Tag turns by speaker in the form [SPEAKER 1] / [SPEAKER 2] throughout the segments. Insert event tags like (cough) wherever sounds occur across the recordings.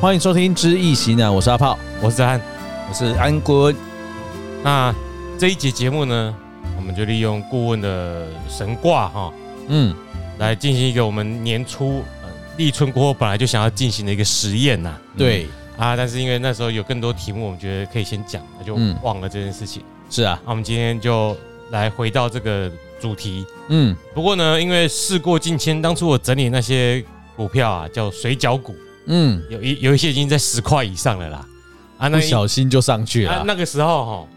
[SPEAKER 1] 欢迎收听《知易行难》，我是阿炮，
[SPEAKER 2] 我是子翰。
[SPEAKER 1] 我是安坤。
[SPEAKER 2] 那这一节节目呢，我们就利用顾问的神卦哈、
[SPEAKER 1] 嗯，
[SPEAKER 2] 来进行一个我们年初呃立春过后本来就想要进行的一个实验呐
[SPEAKER 1] 嗯对，
[SPEAKER 2] 啊，但是因为那时候有更多题目，我们觉得可以先讲，那就
[SPEAKER 1] 嗯
[SPEAKER 2] 忘了这件事情。
[SPEAKER 1] 是啊，
[SPEAKER 2] 那我们今天就来回到这个主题。
[SPEAKER 1] 嗯，
[SPEAKER 2] 不过呢，因为事过境迁，当初我整理那些股票啊，叫水饺股，
[SPEAKER 1] 嗯，
[SPEAKER 2] 有一有一些已经在十块以上了啦。啊，
[SPEAKER 1] 不
[SPEAKER 2] 那一
[SPEAKER 1] 小心就上去
[SPEAKER 2] 啊
[SPEAKER 1] 了。
[SPEAKER 2] 那个时候哈，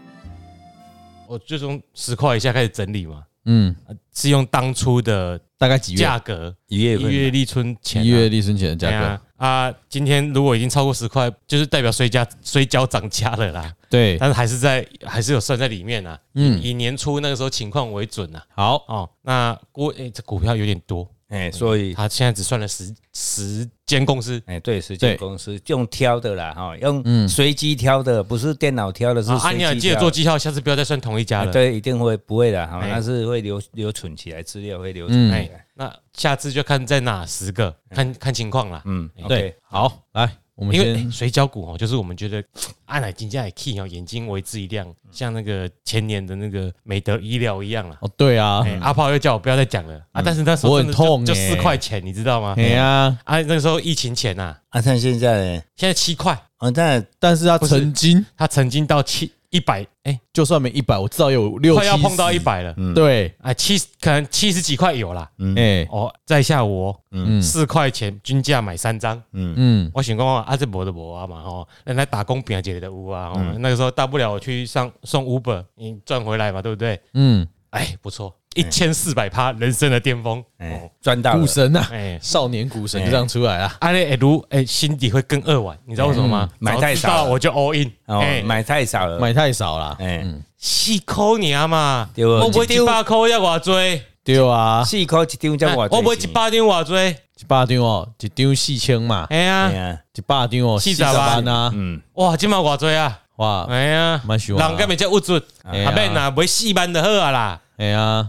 [SPEAKER 2] 我就从十块以下开始整理嘛，
[SPEAKER 1] 嗯，
[SPEAKER 2] 是用当初的
[SPEAKER 1] 大概几月？
[SPEAKER 2] 价格，
[SPEAKER 3] 一月
[SPEAKER 2] 一
[SPEAKER 3] 份
[SPEAKER 2] 月立春前、啊，
[SPEAKER 1] 一月立春前的价
[SPEAKER 2] 对
[SPEAKER 1] 格。
[SPEAKER 2] 啊啊，今天如果已经超过十块，就是代表水饺水饺涨价了啦，
[SPEAKER 1] 对，
[SPEAKER 2] 但是还是在还是有算在里面啊。
[SPEAKER 1] 嗯，
[SPEAKER 2] 以年初那个时候情况为准啊。
[SPEAKER 1] 好，
[SPEAKER 2] 哦，那股诶、这股票有点多，
[SPEAKER 3] 哎，所以
[SPEAKER 2] 他现在只算了十十间公司，
[SPEAKER 3] 哎，对，实践
[SPEAKER 1] 对
[SPEAKER 3] 公司用挑的啦，哈，用
[SPEAKER 1] 嗯
[SPEAKER 3] 随机挑的，不是电脑挑的，是
[SPEAKER 2] 啊，啊你要
[SPEAKER 3] 随
[SPEAKER 2] 记
[SPEAKER 3] 机
[SPEAKER 2] 得
[SPEAKER 3] 挑
[SPEAKER 2] 做
[SPEAKER 3] 的。
[SPEAKER 2] 绩效，下次不要再算同一家
[SPEAKER 3] 啊
[SPEAKER 2] 了。，
[SPEAKER 3] 对，一定会不会的哈，
[SPEAKER 2] 哎嗯
[SPEAKER 3] 但是会留留存起来，资料会留存起来。
[SPEAKER 2] 那下次就看在哪十个，看看情况啦。哎
[SPEAKER 3] 嗯，
[SPEAKER 1] 对
[SPEAKER 3] OK，，
[SPEAKER 1] 好，来，我们
[SPEAKER 2] 因为、
[SPEAKER 1] 先
[SPEAKER 2] 欸水饺股哦，就是我们觉得按奶金价也 key 哦，眼睛为之一亮，像那个前年的那个美德医疗一样啦。
[SPEAKER 1] 哦，对啊，嗯
[SPEAKER 2] 哎、阿炮又叫我不要再讲了、啊！但是那时候
[SPEAKER 1] 我很
[SPEAKER 2] 真的
[SPEAKER 1] 痛
[SPEAKER 2] 就就
[SPEAKER 1] 欸
[SPEAKER 2] 四块钱，你知道吗？
[SPEAKER 1] 哎呀，
[SPEAKER 2] 啊，那个时候疫情前呐、啊，
[SPEAKER 3] 啊，像现在呢，
[SPEAKER 2] 现在七块，
[SPEAKER 3] 啊，那
[SPEAKER 1] 但是他
[SPEAKER 2] 不是
[SPEAKER 1] 曾经
[SPEAKER 2] 它曾经到七一百，哎，
[SPEAKER 1] 就算没一百，我至少有六嗯
[SPEAKER 2] 快要碰到
[SPEAKER 1] 70
[SPEAKER 2] 一百了，
[SPEAKER 3] 嗯
[SPEAKER 1] 对，
[SPEAKER 2] 啊，七十可能七十几块有啦。
[SPEAKER 1] 哎，
[SPEAKER 2] 哦，在下我
[SPEAKER 1] 嗯
[SPEAKER 2] 四块钱均价买三张，
[SPEAKER 1] 嗯
[SPEAKER 2] 我想讲啊，这无的无啊嘛吼，人来打工拼一个的有啊吼，那个时候大不了我去上送 Uber，你赚回来嘛，对不对？
[SPEAKER 1] 嗯，
[SPEAKER 2] 哎，不错，一千四百趴，人生的巅峰。
[SPEAKER 3] 哎
[SPEAKER 2] 哦，
[SPEAKER 3] 赚到
[SPEAKER 1] 股
[SPEAKER 3] 了，
[SPEAKER 1] 神啊，
[SPEAKER 2] 哎，
[SPEAKER 1] 少年股神就这样出来了。
[SPEAKER 2] 阿内哎如哎心底会更扼腕，你知道为什么吗？
[SPEAKER 3] 嗯买太
[SPEAKER 2] 早知
[SPEAKER 3] 少了
[SPEAKER 2] 道我就 all in，
[SPEAKER 3] 哦
[SPEAKER 2] 哎，，嗯
[SPEAKER 3] 买太少了，
[SPEAKER 1] 买太少了，
[SPEAKER 3] 哎，
[SPEAKER 2] 四块你啊嘛，
[SPEAKER 3] 对
[SPEAKER 2] 我买一百块要偌多，
[SPEAKER 1] 对啊，
[SPEAKER 3] 四块一张叫我，
[SPEAKER 2] 哎我买一，百张偌多，
[SPEAKER 1] 一百张哦，一张四千嘛，
[SPEAKER 2] 哎
[SPEAKER 3] 哎
[SPEAKER 2] 呀，
[SPEAKER 3] 呀，
[SPEAKER 1] 一百张哦，
[SPEAKER 2] 四
[SPEAKER 1] 四
[SPEAKER 2] 十
[SPEAKER 1] 十
[SPEAKER 2] 万
[SPEAKER 1] 万啊，
[SPEAKER 3] 嗯，
[SPEAKER 2] 哇，今嘛偌多啊，
[SPEAKER 1] 哇，
[SPEAKER 2] 哎呀，
[SPEAKER 1] 蛮喜欢啊
[SPEAKER 2] 人根本叫物质，
[SPEAKER 1] 哎
[SPEAKER 2] 阿妹
[SPEAKER 1] 呀，
[SPEAKER 2] 啊呐买四万就好啊啦，
[SPEAKER 1] 哎呀，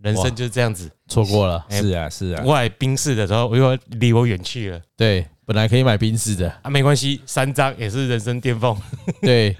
[SPEAKER 2] 人生就是这样子。
[SPEAKER 1] 错过了，
[SPEAKER 3] 是啊，是啊，
[SPEAKER 2] 我来冰室的时候，我又离我远去了
[SPEAKER 1] 对，本来可以买宾士
[SPEAKER 2] (laughs)
[SPEAKER 1] 的，
[SPEAKER 2] 啊，没关系，三张也是人生巅峰
[SPEAKER 1] 对，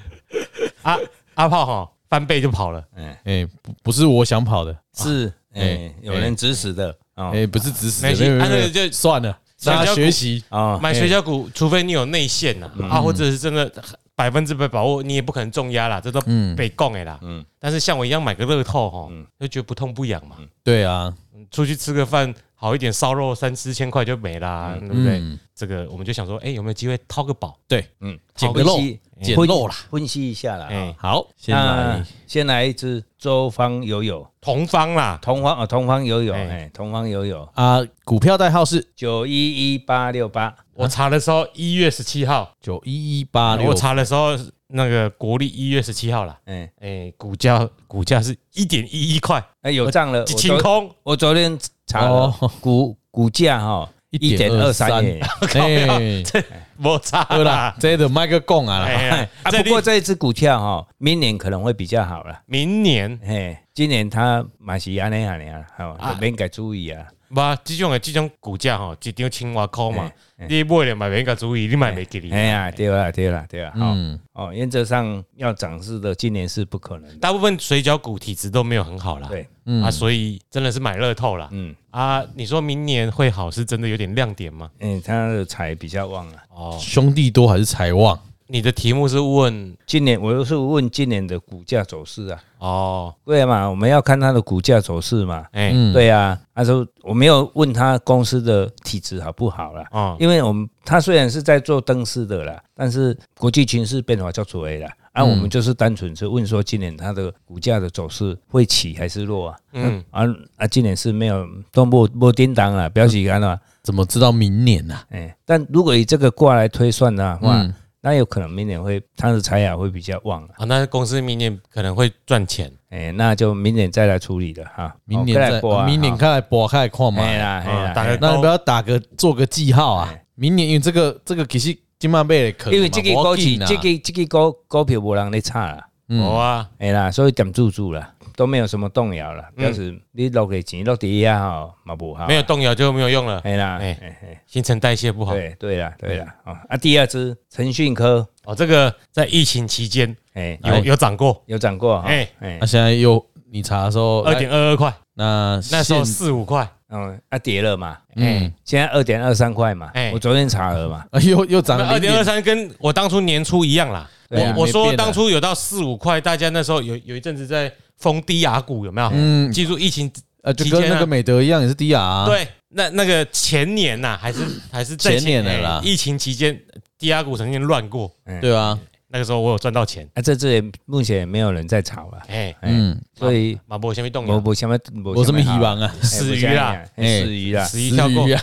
[SPEAKER 2] 啊！阿炮哈翻倍就跑了，
[SPEAKER 1] 哎，不不是我想跑的，
[SPEAKER 3] 是，
[SPEAKER 1] 哎
[SPEAKER 3] 哎，有人指使的，哦，
[SPEAKER 1] 哎，不是指使
[SPEAKER 2] 没
[SPEAKER 1] 的，
[SPEAKER 2] 事
[SPEAKER 1] 没有没
[SPEAKER 2] 啊
[SPEAKER 1] 有没有，
[SPEAKER 2] 那个就
[SPEAKER 1] 算了，
[SPEAKER 2] 小
[SPEAKER 1] 大家
[SPEAKER 2] 小股
[SPEAKER 1] 学习，
[SPEAKER 3] 哦，
[SPEAKER 2] 买水饺股，除非你有内线呐啊，或者是真的百分之百把握，你也不可能重压啦，这都被供的啦。嗯，但是像我一样买个乐透哈，就觉得不痛不痒嘛，
[SPEAKER 1] 对啊，
[SPEAKER 2] 出去吃个饭好一点，烧肉三四千块就没啦，对不对？
[SPEAKER 1] 嗯，
[SPEAKER 2] 这个我们就想说，哎，有没有机会掏个宝？
[SPEAKER 1] 对，
[SPEAKER 3] 嗯，
[SPEAKER 1] 捡个肉
[SPEAKER 3] 分析，
[SPEAKER 1] 捡漏啦，
[SPEAKER 3] 分析一下啦，哦
[SPEAKER 2] 哎，
[SPEAKER 1] 好，先
[SPEAKER 3] 那
[SPEAKER 1] 来，
[SPEAKER 3] 先来一支周方友友，
[SPEAKER 2] 同方啦，
[SPEAKER 3] 同方啊，同方友友，
[SPEAKER 2] 哎
[SPEAKER 3] 哎，同方友友，
[SPEAKER 1] 啊，股票代号是
[SPEAKER 3] 九一一八六八，
[SPEAKER 2] 我查的时候一月十七号。
[SPEAKER 1] 九一一八六
[SPEAKER 2] 我，查的时候，那个国历一月十七号啦，
[SPEAKER 3] 哎，
[SPEAKER 2] 哎、股价股价是一点一一块，
[SPEAKER 3] 哎，有账了，我
[SPEAKER 2] 一清
[SPEAKER 3] 昨
[SPEAKER 2] 空，
[SPEAKER 3] 我昨天查了
[SPEAKER 1] 哦
[SPEAKER 3] 股股价哈，一点二三
[SPEAKER 1] 1.23
[SPEAKER 3] 耶， (laughs)
[SPEAKER 1] (laughs) 哎，
[SPEAKER 2] (laughs) 我查
[SPEAKER 1] 对啦
[SPEAKER 2] 啦，，
[SPEAKER 1] 这的麦克供啊啦，
[SPEAKER 2] 哎呀，
[SPEAKER 3] (laughs) 啊，
[SPEAKER 2] 这
[SPEAKER 3] 不
[SPEAKER 2] 里
[SPEAKER 3] 过这一只股票哈，明年可能会比较好了。
[SPEAKER 2] 明年
[SPEAKER 3] 嘿，今年他嘛是安尼安尼啊，吼，就免该注意啊。
[SPEAKER 2] 哇，这种的这种股价吼，一张青蛙块嘛，你买了买免个注意，你买没给你，
[SPEAKER 3] 哎呀，对啦，对啦，对啦，吼
[SPEAKER 1] 嗯，
[SPEAKER 3] 哦，原则上要涨势的，今年是不可能的。
[SPEAKER 2] 大部分水饺股体质都没有很好啦，
[SPEAKER 3] 对，
[SPEAKER 2] 啊，所以真的是买乐透啦，
[SPEAKER 3] 嗯
[SPEAKER 2] 啊，你说明年会好，是真的有点亮点吗？
[SPEAKER 3] 嗯，他的财比较旺啊。
[SPEAKER 2] 哦，
[SPEAKER 1] 兄弟多还是财旺？
[SPEAKER 2] 你的题目是问
[SPEAKER 3] 今年我又是问今年的股价走势啊，
[SPEAKER 2] 哦，
[SPEAKER 3] 对嘛，我们要看它的股价走势嘛。
[SPEAKER 2] 哎、
[SPEAKER 1] 嗯
[SPEAKER 3] 对啊，他说我没有问他公司的体质好不好啦，
[SPEAKER 2] 哦，
[SPEAKER 3] 因为我们他虽然是在做灯饰的啦，但是国际情势变化较主为啦。啊，我们就是单纯是问说，今年它的股价的走势会起还是落啊？
[SPEAKER 2] 嗯，
[SPEAKER 3] 啊啊，今年是没有都没没叮当了，表示安了。
[SPEAKER 1] 怎么知道明年啊呢？
[SPEAKER 3] 哎、但如果以这个卦来推算的话，那有可能明年会它的财雅会比较旺了。
[SPEAKER 2] 啊，那公司明年可能会赚钱。
[SPEAKER 3] 哎、那就明年再来处理了哈。
[SPEAKER 1] 明年再，
[SPEAKER 3] 过
[SPEAKER 1] 明年看来博开看嘛。
[SPEAKER 3] 啊哎啦哎
[SPEAKER 2] 啊大概
[SPEAKER 3] 啦，
[SPEAKER 1] 那你不要打个做个记号啊！
[SPEAKER 2] 哎
[SPEAKER 1] 明年因为这个这个其实金马贝可能嘛
[SPEAKER 3] 因为这个股
[SPEAKER 1] 不要
[SPEAKER 3] 市
[SPEAKER 1] 紧啊，
[SPEAKER 3] 这个这个股股票无人咧炒啦。
[SPEAKER 2] 有啊，
[SPEAKER 3] 哎啦，所以点住住了，都没有什么动摇了。
[SPEAKER 1] 嗯
[SPEAKER 3] 表示你落给钱落底下哈，嘛不好，啊
[SPEAKER 2] 没有，动摇就没有用了，
[SPEAKER 3] 哎啦，
[SPEAKER 2] 哎
[SPEAKER 3] 哎哎，
[SPEAKER 2] 新陈代谢不好。
[SPEAKER 3] 对对
[SPEAKER 1] 嗯
[SPEAKER 3] 啦，对啦，啊啊，第二只腾讯科，
[SPEAKER 2] 哦，这个在疫情期间
[SPEAKER 3] 哎，
[SPEAKER 2] 有
[SPEAKER 1] 哎
[SPEAKER 2] 有涨过，
[SPEAKER 3] 有涨过哈，
[SPEAKER 2] 哎
[SPEAKER 3] 哎哎
[SPEAKER 1] 那、，啊现在又你查的时候，
[SPEAKER 2] 二点二二块，
[SPEAKER 1] 那
[SPEAKER 2] 那时候
[SPEAKER 1] 哦现
[SPEAKER 2] 四五块，
[SPEAKER 3] 嗯，啊跌了嘛，
[SPEAKER 1] 嗯，
[SPEAKER 3] 现在二点二三块嘛
[SPEAKER 2] 哎，
[SPEAKER 3] 我昨天查了嘛，
[SPEAKER 1] 啊 (laughs) 又又涨了
[SPEAKER 2] 二点二
[SPEAKER 1] 0.23，
[SPEAKER 2] 三跟我当初年初一样啦。
[SPEAKER 3] 对啊
[SPEAKER 2] 我我
[SPEAKER 1] 没
[SPEAKER 2] 说
[SPEAKER 1] 变啊
[SPEAKER 2] 当初有到四五块，大家那时候有有一阵子在封低牙股，有没有？
[SPEAKER 1] 嗯
[SPEAKER 2] 记住疫情
[SPEAKER 1] 呃，就跟那个美德一样，也是 DR，、啊、，
[SPEAKER 2] 啊对，那那个前年呐，还是还是在
[SPEAKER 1] 前年的
[SPEAKER 2] 哎
[SPEAKER 1] 啦
[SPEAKER 2] 疫情期间低压股曾经乱过，
[SPEAKER 1] 对啊，
[SPEAKER 2] 那个时候我有赚到钱，
[SPEAKER 3] 啊，这只也目前也没有人在炒了，
[SPEAKER 2] 哎，
[SPEAKER 3] 嗯，
[SPEAKER 1] 嗯，
[SPEAKER 3] 所以
[SPEAKER 2] 马博先被动
[SPEAKER 3] 我
[SPEAKER 2] 摇，
[SPEAKER 3] 我什么
[SPEAKER 1] 我什么希望啊？
[SPEAKER 3] 哎
[SPEAKER 2] 死鱼啦，
[SPEAKER 1] 哎
[SPEAKER 3] 死鱼啦，
[SPEAKER 2] 死鱼跳过
[SPEAKER 1] 死鱼，啊，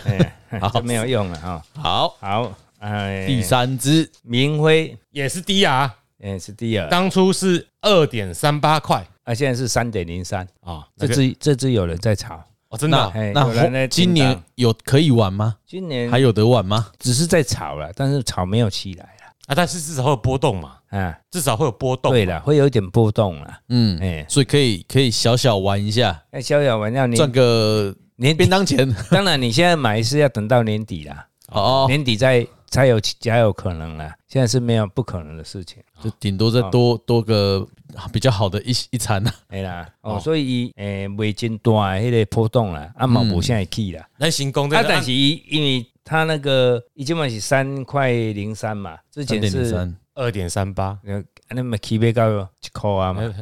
[SPEAKER 3] 哎，
[SPEAKER 1] (laughs) 好
[SPEAKER 3] 这没有用了哈。
[SPEAKER 1] 好，
[SPEAKER 3] 好，哎，
[SPEAKER 1] 第三只，
[SPEAKER 3] 明辉，
[SPEAKER 2] 也是低压，
[SPEAKER 3] 哎是第二，
[SPEAKER 2] 当初是二点三八块
[SPEAKER 3] 啊现在是三点零三，
[SPEAKER 2] 啊，
[SPEAKER 3] 这
[SPEAKER 2] 这只
[SPEAKER 3] 只这只有人在炒，
[SPEAKER 2] 哦真的
[SPEAKER 1] 那
[SPEAKER 2] 啊
[SPEAKER 3] 哎
[SPEAKER 1] 那
[SPEAKER 3] 有人在
[SPEAKER 1] 后今
[SPEAKER 3] 进
[SPEAKER 1] 年
[SPEAKER 3] 档
[SPEAKER 1] 有可以玩吗？
[SPEAKER 3] 今
[SPEAKER 2] 哎
[SPEAKER 3] 年
[SPEAKER 1] 还有得玩吗？
[SPEAKER 3] 只是在炒了，但是炒没有起来
[SPEAKER 2] 啊，但是至少会有波动嘛，
[SPEAKER 3] 了啊。
[SPEAKER 2] 至少会有波动，
[SPEAKER 3] 对，了，会有一点波动哎了。
[SPEAKER 1] 嗯，
[SPEAKER 3] 哎，
[SPEAKER 1] 所以可以可以小小玩一下，
[SPEAKER 3] 那逍遥丸要
[SPEAKER 2] 哎
[SPEAKER 1] 赚
[SPEAKER 3] 年
[SPEAKER 1] 个
[SPEAKER 3] 年
[SPEAKER 1] 便
[SPEAKER 3] 底，
[SPEAKER 1] 当
[SPEAKER 2] (laughs)
[SPEAKER 1] 钱。
[SPEAKER 3] (laughs) 当然你现在买是要等到年底啦，
[SPEAKER 1] 哦，
[SPEAKER 3] 年底再才有才有可能啦。现在是没有不可能的事情。
[SPEAKER 1] 就顶多再多多个比较好的一一餐啊。
[SPEAKER 3] 哎啦，哦，所以伊诶未真大迄个波动啦，啊嘛无啥会起啦。
[SPEAKER 2] 那行功这
[SPEAKER 3] 啊，
[SPEAKER 2] 个
[SPEAKER 3] 但是伊因为它那个伊即嘛是三块零三嘛，之前是
[SPEAKER 1] 3.03，
[SPEAKER 2] 二点三八，
[SPEAKER 3] 呃，那么起码到一块啊
[SPEAKER 2] 哎
[SPEAKER 3] 嘛。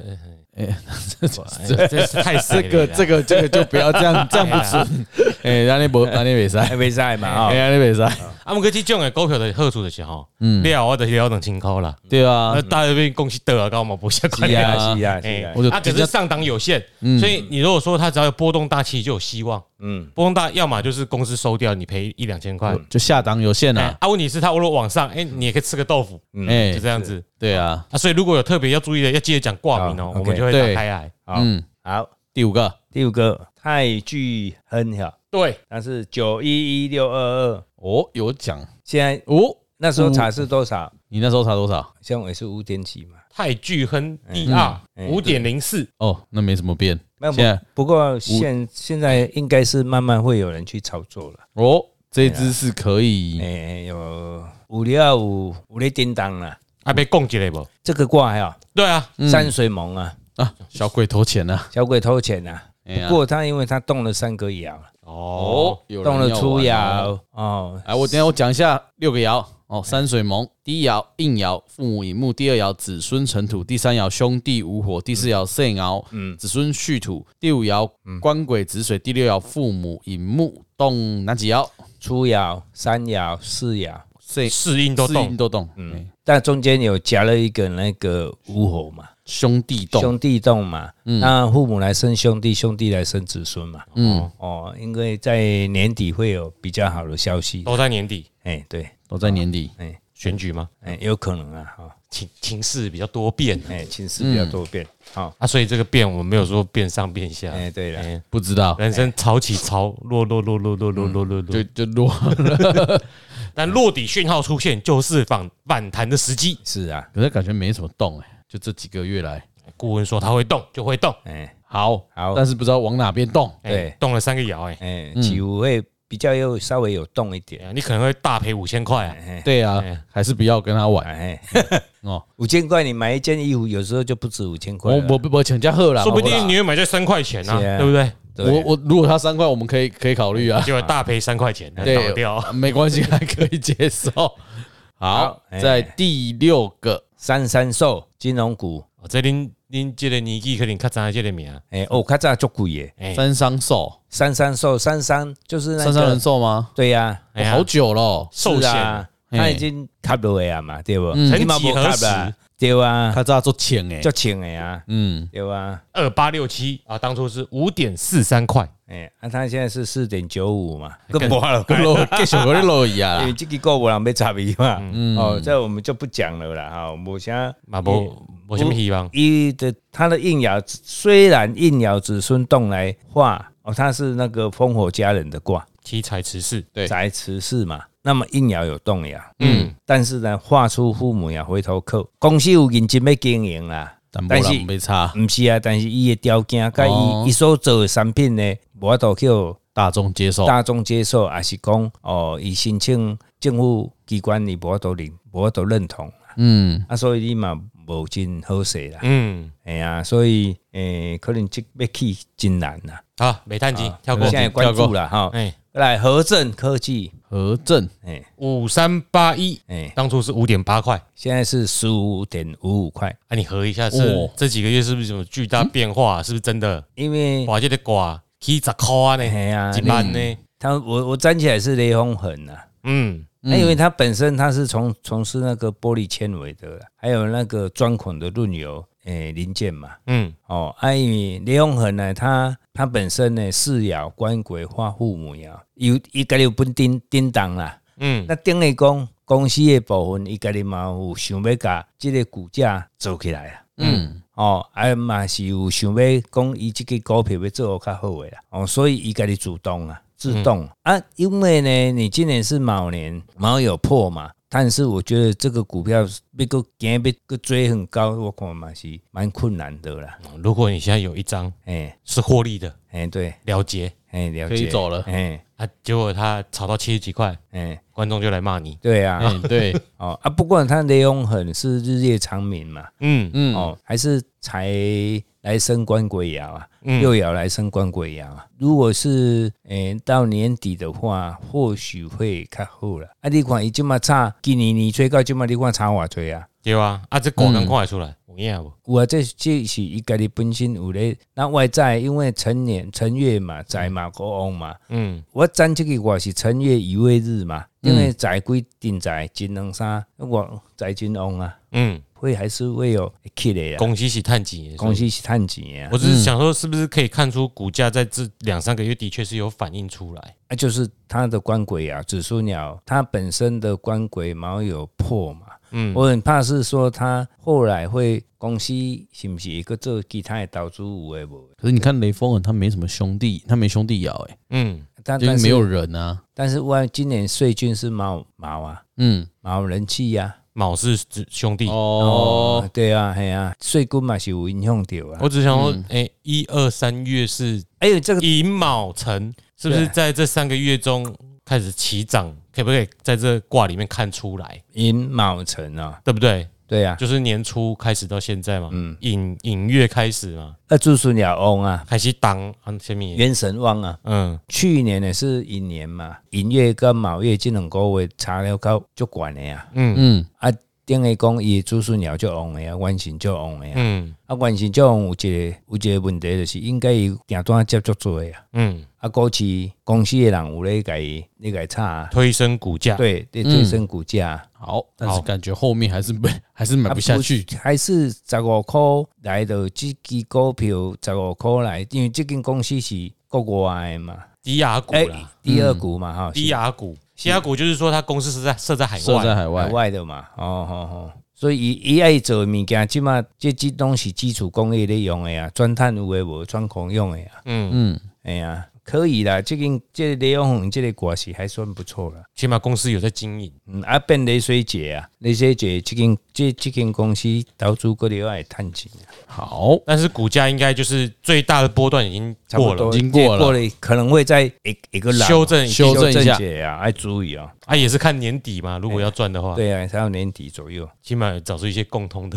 [SPEAKER 2] 这呃这是哎
[SPEAKER 1] (laughs)
[SPEAKER 2] 太
[SPEAKER 1] 这个这
[SPEAKER 2] 个
[SPEAKER 1] 个这个就不要这样，这样不准。 (laughs) 哎，那那不那那比赛，
[SPEAKER 3] 还袂使嘛
[SPEAKER 1] 哎
[SPEAKER 3] 啊，
[SPEAKER 1] 呀，那比赛，
[SPEAKER 2] 啊，我们这种的股票的好处就是吼，
[SPEAKER 1] 嗯，
[SPEAKER 2] 料我就是要等清高啦，
[SPEAKER 1] 对
[SPEAKER 2] (laughs) 那
[SPEAKER 1] 啊，
[SPEAKER 2] 大家被恭喜得啊，跟我们不相关
[SPEAKER 1] 是啊
[SPEAKER 3] 是啊，是
[SPEAKER 2] 哎
[SPEAKER 3] 啊，
[SPEAKER 1] 我，就
[SPEAKER 2] 啊，可
[SPEAKER 1] 直接
[SPEAKER 2] (laughs) 是上档有限，
[SPEAKER 1] 嗯
[SPEAKER 2] 所以你如果说它只要有波动大，其实就有希望。
[SPEAKER 3] 嗯，
[SPEAKER 2] 波动大，要么就是公司收掉，你赔一两千块。
[SPEAKER 1] 就下档有限
[SPEAKER 2] 哎
[SPEAKER 1] 啊。
[SPEAKER 2] 啊，问题是它如果往上，哎，你也可以吃个豆腐，
[SPEAKER 1] 哎
[SPEAKER 2] 就，这样子
[SPEAKER 1] 对啊，
[SPEAKER 2] 啊。所以如果有特别要注意的，要记得讲挂名哦，我
[SPEAKER 3] 好 OK
[SPEAKER 2] 们就会打开来。
[SPEAKER 3] 好，
[SPEAKER 1] 嗯，
[SPEAKER 3] 好。
[SPEAKER 1] 第五个，
[SPEAKER 3] 第五个泰聚亨哈，
[SPEAKER 2] 对，
[SPEAKER 3] 它是九一一六二二，
[SPEAKER 1] 哦，有奖
[SPEAKER 3] 现在
[SPEAKER 1] 哦。
[SPEAKER 3] 那时候查是多少？
[SPEAKER 1] 你那时候查多少？
[SPEAKER 3] 像我也是五点几嘛。
[SPEAKER 2] 泰聚亨 DR
[SPEAKER 3] 嗯
[SPEAKER 2] 五点零四，
[SPEAKER 1] 哦，那没什么变。
[SPEAKER 3] 那
[SPEAKER 1] 现在
[SPEAKER 3] 不不过现现在应该是慢慢会有人去炒作了。
[SPEAKER 1] 哦，这只是可以，
[SPEAKER 3] 哎，有五六二五五六叮当啦，
[SPEAKER 2] 啊，被供起来不？
[SPEAKER 3] 这个卦呀，
[SPEAKER 2] 对啊，
[SPEAKER 3] 山水萌啊，
[SPEAKER 1] 啊，小鬼投钱啊。
[SPEAKER 3] 小鬼偷钱啊。
[SPEAKER 1] 哎呀
[SPEAKER 3] 不过他因为他动了三个爻了，
[SPEAKER 2] 哦，，
[SPEAKER 1] 有人
[SPEAKER 3] 动了
[SPEAKER 1] 要
[SPEAKER 3] 初
[SPEAKER 1] 玩啊哦
[SPEAKER 3] 爻哦，
[SPEAKER 1] 来，我等一下我讲一下六个爻哦。山水蒙，第一爻应爻，父母引木；第二爻子孙成土；第三爻兄弟无火；第四爻肾爻，子孙戌土；第五爻官鬼子水；第六爻父母引木，动哪几爻？
[SPEAKER 3] 初爻、三爻、四爻，
[SPEAKER 1] 肾
[SPEAKER 2] 哦适应都
[SPEAKER 1] 四应
[SPEAKER 2] 动，
[SPEAKER 1] 都动，嗯，
[SPEAKER 3] 但中间有夹了一个那个午火嘛。
[SPEAKER 1] 兄弟动，
[SPEAKER 3] 兄弟洞嘛，那父母来生兄弟，兄弟来生子孙嘛。
[SPEAKER 1] 嗯，
[SPEAKER 3] 哦，因为在年底会有比较好的消息。
[SPEAKER 2] 都在年底
[SPEAKER 3] 哎，对，
[SPEAKER 1] 都在年底。
[SPEAKER 3] 哎
[SPEAKER 2] 选举吗？
[SPEAKER 3] 哎，有可能啊，哈，
[SPEAKER 2] 情情势比较多变
[SPEAKER 3] 哎，情势比较多变。
[SPEAKER 1] 嗯
[SPEAKER 3] 好，
[SPEAKER 2] 啊，所以这个变我们没有说变上变下，
[SPEAKER 3] 哎，对了，
[SPEAKER 2] 哎
[SPEAKER 1] 不知道，
[SPEAKER 2] 人生潮起潮落落落落落落落落
[SPEAKER 1] 就
[SPEAKER 2] 落，
[SPEAKER 1] 就落了。 (laughs)
[SPEAKER 2] 但落底讯号出现就是反反弹的时机。
[SPEAKER 3] 是啊，
[SPEAKER 1] 可是感觉没什么动哎，就这几个月来，
[SPEAKER 2] 顾问说它会动就会动，
[SPEAKER 3] 哎，
[SPEAKER 1] 好，
[SPEAKER 3] 好
[SPEAKER 1] 但是不知道往哪边动。
[SPEAKER 2] 哎
[SPEAKER 3] 对
[SPEAKER 2] 动了三个爻，哎
[SPEAKER 3] 哎，
[SPEAKER 1] 嗯
[SPEAKER 3] 起舞会比较又稍微有动一点。
[SPEAKER 2] 哎，你可能会大赔五千块啊。
[SPEAKER 3] 哎，
[SPEAKER 1] 对啊
[SPEAKER 2] 哎，
[SPEAKER 1] 还是不要跟他玩
[SPEAKER 3] 哎，
[SPEAKER 1] 哦。
[SPEAKER 3] 五千块你买一件衣服，有时候就不止五千块
[SPEAKER 1] 我
[SPEAKER 3] 了。
[SPEAKER 1] 我我请假喝啦，
[SPEAKER 2] 说不
[SPEAKER 1] 好啦
[SPEAKER 2] 定你会买在三块钱啊，
[SPEAKER 3] 是啊
[SPEAKER 2] 对不对？
[SPEAKER 3] 对
[SPEAKER 1] 我我如果他三块，我们可以可以考虑
[SPEAKER 2] (laughs)
[SPEAKER 1] 啊，
[SPEAKER 2] 结果大赔三块钱，
[SPEAKER 1] 对哦
[SPEAKER 2] 倒掉。
[SPEAKER 1] 没关系，还可以接受。好
[SPEAKER 3] 好，哎
[SPEAKER 1] 在第六个
[SPEAKER 3] 三三寿金融股，
[SPEAKER 2] 哦这您您这个年纪可能较早这个名，啊
[SPEAKER 3] 哎，哦，较早足贵耶。
[SPEAKER 2] 哎，
[SPEAKER 1] 三商寿，
[SPEAKER 3] 三三寿，三三就是那
[SPEAKER 1] 三商人
[SPEAKER 3] 个，
[SPEAKER 1] 寿吗？
[SPEAKER 3] 对呀，
[SPEAKER 2] 哎
[SPEAKER 1] 我
[SPEAKER 2] 呀
[SPEAKER 1] 好久了，哦
[SPEAKER 2] 寿
[SPEAKER 3] 是
[SPEAKER 2] 险
[SPEAKER 3] 啊，他
[SPEAKER 1] 嘿
[SPEAKER 3] 已经卡到位啊嘛，对不？
[SPEAKER 1] 嗯
[SPEAKER 3] 你嘛无卡啦，对啊，
[SPEAKER 1] 他这做钱哎
[SPEAKER 3] 足，
[SPEAKER 1] (laughs)
[SPEAKER 3] 清的啊，
[SPEAKER 1] 嗯，
[SPEAKER 3] 对啊，
[SPEAKER 2] 二八六七啊，当初是五点四三块，
[SPEAKER 3] 哎，啊，他现在是四点九五嘛，
[SPEAKER 2] 更
[SPEAKER 3] 更无了，
[SPEAKER 1] 跟落继续跟落一
[SPEAKER 3] 因
[SPEAKER 1] 啊
[SPEAKER 3] 为，这个个无人要插伊嘛，
[SPEAKER 1] 嗯
[SPEAKER 3] 哦，这我们就不讲了啦，哈，无啥
[SPEAKER 2] 嘛无无什么希望。
[SPEAKER 3] 伊的他的应爻虽然应爻子孙动来化，哦，他是那个烽火家人的卦，
[SPEAKER 2] 七彩持世，
[SPEAKER 1] 对
[SPEAKER 3] 宅持世嘛。那么应爻有动爻，
[SPEAKER 2] 嗯，
[SPEAKER 3] 但是呢，画出父母爻回头客，公司有认真要经营啦，
[SPEAKER 1] 但
[SPEAKER 3] 但
[SPEAKER 1] 没
[SPEAKER 3] 是
[SPEAKER 1] 人没差，
[SPEAKER 3] 毋是啊，但是伊的条件甲
[SPEAKER 1] 哦
[SPEAKER 3] 伊伊所做的产品呢，无法度去互
[SPEAKER 1] 大众接受，
[SPEAKER 3] 大众接受，也是讲哦，伊申请政府机关伊无法度认，无法度认同
[SPEAKER 1] 嗯，
[SPEAKER 3] 啊，所以你嘛无真好势啦。
[SPEAKER 2] 嗯，
[SPEAKER 3] 哎呀，所以诶，可能即要去真难啦，
[SPEAKER 2] 好，煤炭机跳过
[SPEAKER 3] 啊现，在关注啦哈。
[SPEAKER 2] 哎，
[SPEAKER 3] 来，和正科技，
[SPEAKER 1] 和正
[SPEAKER 3] 哎
[SPEAKER 2] 五三八一，
[SPEAKER 3] 哎，
[SPEAKER 2] 当初是五点八块，
[SPEAKER 3] 现在是十五点五五块，
[SPEAKER 2] 啊，你核一下是
[SPEAKER 1] 哦
[SPEAKER 2] 这几个月是不是有巨大变
[SPEAKER 3] 嗯
[SPEAKER 2] 化？是不是真的？
[SPEAKER 3] 因为
[SPEAKER 2] 哇，这个瓜起十块
[SPEAKER 3] 哎
[SPEAKER 2] 呢，
[SPEAKER 3] 呀
[SPEAKER 2] 一，万呢？
[SPEAKER 3] 他我我站起来是雷锋痕呐。
[SPEAKER 2] 嗯，
[SPEAKER 3] 那因为它本身它是从从事那个玻璃纤维的啦，还有那个钻孔的润油诶、零件嘛。
[SPEAKER 2] 嗯
[SPEAKER 3] 哦，啊，因为李永恒呢，它它本身呢是窑、官鬼、化父母窑，有伊家己有本叮叮当啦。
[SPEAKER 2] 嗯，
[SPEAKER 3] 那等于讲公司的部分，伊家己嘛有想要甲即个股价做起来啊。
[SPEAKER 1] 嗯，
[SPEAKER 3] 哦，啊嘛是有想要讲伊即个股票要做得较好诶啦，哦，所以伊家己主动啊，自动、啊，因为呢，你今年是卯年，卯有破嘛，但是我觉得这个股票要个今要个追很高，我看嘛是蛮困难的啦，
[SPEAKER 2] 嗯如果你现在有一张
[SPEAKER 3] 哎
[SPEAKER 2] 是获利的，
[SPEAKER 3] 哎对，
[SPEAKER 2] 了结
[SPEAKER 3] 哎了
[SPEAKER 1] 可以
[SPEAKER 3] 解，
[SPEAKER 1] 走了，
[SPEAKER 3] 哎
[SPEAKER 2] 啊，结果他炒到七十几块，
[SPEAKER 3] 哎
[SPEAKER 2] 观众就来骂你。
[SPEAKER 3] 对啊，
[SPEAKER 1] 哎，对，
[SPEAKER 3] 哦啊，不管它雷永恒是日夜长明嘛，
[SPEAKER 2] 嗯
[SPEAKER 1] 嗯，
[SPEAKER 3] 哦，还是才来生官鬼窑啊，
[SPEAKER 2] 嗯
[SPEAKER 3] 六爻来生官鬼窑啊。如果是诶、到年底的话，或许会较好了。啊，你看伊即么差，今年你追到即么，你看差偌追啊？
[SPEAKER 2] 对啊，啊这果能看得出来，有影无？
[SPEAKER 3] 有啊，这这是伊家己本身有咧，那外在因为成年成月嘛，在嘛国旺嘛，
[SPEAKER 2] 嗯
[SPEAKER 3] 我占这个我是成月一位日嘛，因为在归定在金两三，我在金旺啊，
[SPEAKER 2] 嗯，
[SPEAKER 3] 会还是会有会起来啊，
[SPEAKER 2] 恭喜喜探几，
[SPEAKER 3] 公司是趁钱啊。
[SPEAKER 2] 我只是想说，是不是可以看出股价在这两三个月的确是有反映出来？
[SPEAKER 3] 啊，就是它的官鬼啊，紫苏鸟，它本身的官鬼毛有破嘛，
[SPEAKER 2] 嗯
[SPEAKER 3] 我很怕是说它后来会公司是不是一个做其他的投资有的无的？
[SPEAKER 1] 可是你看雷锋人他没什么兄弟，他没兄弟咬，哎，
[SPEAKER 2] 嗯
[SPEAKER 3] 但
[SPEAKER 1] 就
[SPEAKER 3] 但
[SPEAKER 1] 是没
[SPEAKER 3] 是
[SPEAKER 1] 有，人啊，
[SPEAKER 3] 但是我今年税军是毛毛啊，
[SPEAKER 1] 嗯，
[SPEAKER 3] 毛人气呀、
[SPEAKER 2] 卯氏指兄弟，
[SPEAKER 3] 啊。
[SPEAKER 1] 哦，，
[SPEAKER 3] 对啊，嘿啊，税军嘛是有影响到啊
[SPEAKER 2] 我。只想说，哎，一二三月是
[SPEAKER 3] 哎呦，这个
[SPEAKER 2] 寅卯辰，是不是
[SPEAKER 3] 对
[SPEAKER 2] 在这三个月中开始起涨？可不可以在这卦里面看出来？
[SPEAKER 3] 银卯城啊，
[SPEAKER 2] 对不对？
[SPEAKER 3] 对啊，
[SPEAKER 2] 就是年初开始到现在嘛，
[SPEAKER 3] 嗯
[SPEAKER 2] 隐隐月开始嘛，
[SPEAKER 3] 啊，紫苏鸟翁啊，
[SPEAKER 2] 开始当啊什么？
[SPEAKER 3] 元神旺啊，
[SPEAKER 2] 嗯
[SPEAKER 3] 去年呢是寅年嘛，寅月跟卯月这两个月差了到足悬的啊。
[SPEAKER 2] 嗯
[SPEAKER 1] 嗯，
[SPEAKER 3] 啊，等于讲伊的子孙鸟就旺的啊，原型就旺的啊。
[SPEAKER 2] 嗯
[SPEAKER 3] 啊，原型就旺有一个有一个问题，就是应该伊订单接触做的啊。
[SPEAKER 2] 嗯，
[SPEAKER 3] 啊，股市公司的人有咧甲伊咧甲伊炒啊，
[SPEAKER 2] 推升股价，
[SPEAKER 3] 对，对，推升股价啊。
[SPEAKER 1] 好，但
[SPEAKER 2] 好
[SPEAKER 1] 是感觉后面还是没，还是买
[SPEAKER 3] 啊
[SPEAKER 1] 不下去，
[SPEAKER 3] 还是十五块来到这支股票十五块来，因为这间公司是国外的嘛，
[SPEAKER 2] 低压股
[SPEAKER 3] 哎、
[SPEAKER 2] 啦，
[SPEAKER 3] 第二股嘛哈，
[SPEAKER 2] 低压股，低压股就是说它公司是在设在海
[SPEAKER 1] 设在海
[SPEAKER 2] 外，
[SPEAKER 3] 海
[SPEAKER 1] 外，
[SPEAKER 3] 外的嘛，哦哦哦，所以伊伊爱做的物件，即马即即拢是基础工业咧用的啊，钻探有诶无，钻孔用的啊，
[SPEAKER 2] 嗯，
[SPEAKER 1] 嗯，
[SPEAKER 3] 哎呀、可以啦，即间即个雷永红即个歌是还算不错啦，
[SPEAKER 2] 起码公司有在经营，
[SPEAKER 3] 嗯，啊变雷水姐啊，雷水姐即间即即间公司投资个了爱趁钱啊，
[SPEAKER 1] 好，
[SPEAKER 2] 但是股价应该就是最大的波段已经
[SPEAKER 3] 差
[SPEAKER 2] 过
[SPEAKER 3] 不
[SPEAKER 2] 了
[SPEAKER 3] 多
[SPEAKER 1] 已经过了
[SPEAKER 3] 过了，可能会在一一个啊栏
[SPEAKER 2] 修正一下
[SPEAKER 1] 修正一下
[SPEAKER 3] 姐啊，爱注意哦，
[SPEAKER 2] 啊，也是看年底嘛，如果要赚的话，
[SPEAKER 3] 对啊，才到年底左右，
[SPEAKER 2] 起码找出一些共通的。